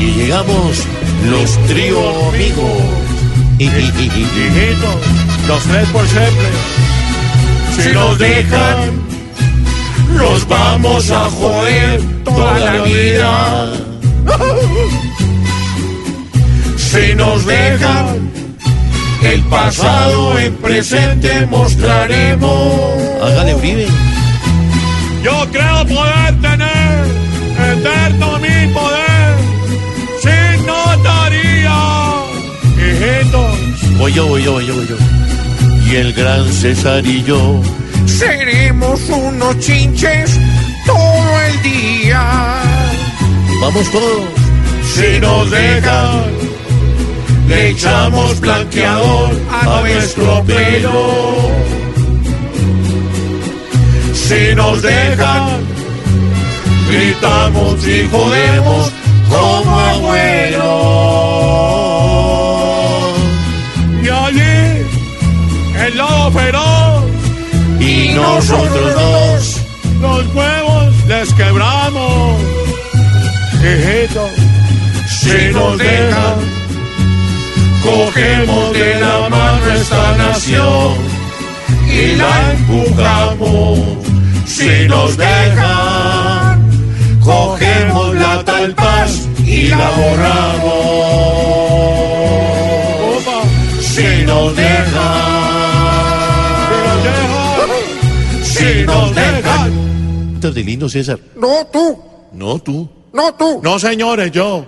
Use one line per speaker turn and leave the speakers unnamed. Y llegamos los trío amigos. Y, y, y, y, y.
Hijitos, los tres por siempre.
Si nos dejan, los vamos a joder toda la vida. Si nos dejan, el pasado en presente mostraremos. Hágale, Uribe.
Yo creo poder tener eterno mi poder sin notaría. Hijitos,
Voy yo, voy yo, voy yo, voy yo. Y el gran César y yo.
Seremos unos chinches todo el día.
Vamos todos. Si nos dejan, le echamos blanqueador a nuestro pelo. Si nos dejan, gritamos y jodemos como abuelos.
y allí el lobo feroz,
Y nosotros dos.
los huevos les quebramos. Hijitos,
si nos dejan, cogemos de la mano esta nación y la empujamos. Si nos dejan, cogemos la tal paz y la borramos.
opa,
Si nos dejan, si nos dejan. Estás de lindo, César.
No tú,
No, tú.
no tú.
No, señores, yo.